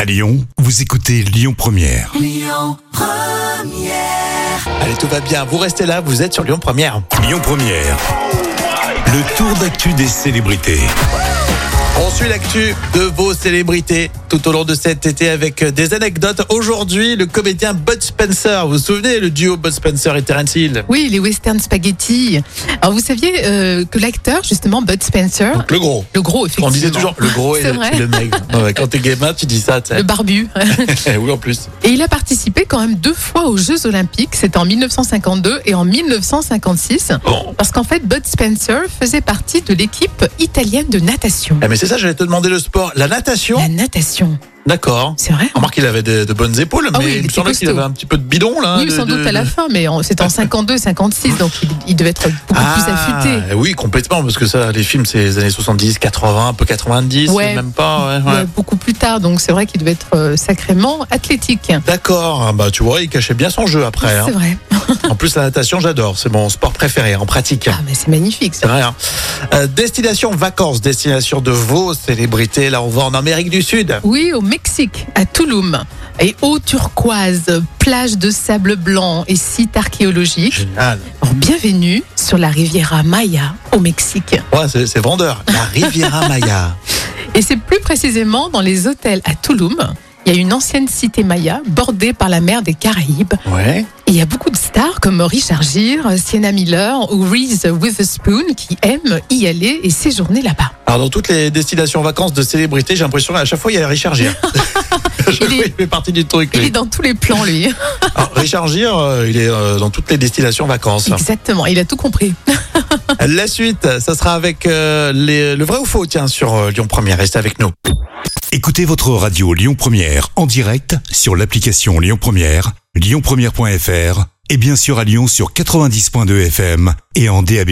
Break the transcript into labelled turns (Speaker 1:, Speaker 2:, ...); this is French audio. Speaker 1: À Lyon, vous écoutez Lyon Première.
Speaker 2: Allez, tout va bien. Vous restez là, vous êtes sur Lyon Première.
Speaker 1: Lyon Première. Le tour d'actu des célébrités.
Speaker 2: On suit l'actu de vos célébrités tout au long de cet été avec des anecdotes. Aujourd'hui, le comédien Bud Spencer. Vous vous souvenez le duo Bud Spencer et Terence Hill
Speaker 3: Oui, les western spaghetti. Alors vous saviez euh, que l'acteur justement Bud Spencer,
Speaker 2: Le gros.
Speaker 3: le gros effectivement,
Speaker 2: On disait toujours le gros et
Speaker 3: C'est
Speaker 2: le,
Speaker 3: vrai.
Speaker 2: le maigre. Ouais, quand t'es gamin, tu dis ça. tu sais.
Speaker 3: le barbu.
Speaker 2: oui, en plus.
Speaker 3: Et il a participé quand même deux fois aux Jeux Olympiques, c'était en 1952 et en 1956,
Speaker 2: Bon.
Speaker 3: parce qu'en fait Bud Spencer faisait partie de l'équipe italienne de natation.
Speaker 2: Ah, mais c'est ça, j'allais te demander le sport. La natation
Speaker 3: La natation,
Speaker 2: D'accord.
Speaker 3: c'est vrai hein.
Speaker 2: Remarque qu'il avait de, de bonnes épaules,
Speaker 3: Ah
Speaker 2: mais
Speaker 3: oui, il
Speaker 2: il me
Speaker 3: était
Speaker 2: semblait qu'il
Speaker 3: costaud.
Speaker 2: avait un petit peu de bidon, là.
Speaker 3: oui,
Speaker 2: de-
Speaker 3: sans
Speaker 2: bah, de-
Speaker 3: doute à la
Speaker 2: de-
Speaker 3: fin, mais en- c'était en 52, 56, donc il, il devait être beaucoup
Speaker 2: Ah,
Speaker 3: plus affûté.
Speaker 2: Oui, complètement, parce que ça, les films, c'est les années 70, 80, un peu 90,
Speaker 3: Ouais.
Speaker 2: même pas. ouais, ouais.
Speaker 3: Ouais, euh, beaucoup plus tard, donc c'est vrai qu'il devait être euh, sacrément athlétique.
Speaker 2: D'accord, Ah bah tu vois, il cachait bien son jeu après. hein.
Speaker 3: C'est vrai.
Speaker 2: En plus, la natation, j'adore, c'est mon sport préféré en pratique. hein.
Speaker 3: Ah, mais c'est magnifique.
Speaker 2: C'est
Speaker 3: Ça.
Speaker 2: vrai. hein. Euh, destination vacances, destination de vos célébrités. Là, on va en Amérique du Sud.
Speaker 3: Oui, au Mexique, à Tulum. Et eau turquoise, plage de sable blanc et site archéologique.
Speaker 2: Génial.
Speaker 3: Alors, bienvenue sur la Riviera Maya au Mexique.
Speaker 2: Ouais, c'est c'est vendeur. La Riviera Maya.
Speaker 3: Et c'est plus précisément dans les hôtels à Tulum. Il y a une ancienne cité maya bordée par la mer des Caraïbes.
Speaker 2: Ouais.
Speaker 3: Et il y a beaucoup de stars comme Richard Gere, Sienna Miller ou Reese Witherspoon qui aiment y aller et séjourner là-bas.
Speaker 2: Alors, dans toutes les destinations vacances de célébrités, j'ai l'impression qu'à chaque fois, il y a Richard Gere. Je-
Speaker 3: Il est-
Speaker 2: il fait partie du truc.
Speaker 3: Il
Speaker 2: lui.
Speaker 3: est dans tous les plans, lui.
Speaker 2: Alors, Ah, Richard Gere, euh, il est euh, dans toutes les destinations vacances.
Speaker 3: Exactement, il a tout compris.
Speaker 2: La suite, ça sera avec euh, les- le vrai ou faux, tiens, sur euh, Lyon Première. Restez avec nous.
Speaker 1: Écoutez votre radio Lyon Première en direct sur l'application Lyon Première, lyonpremière.fr et bien sûr à Lyon sur 90.2 FM et en DAB+.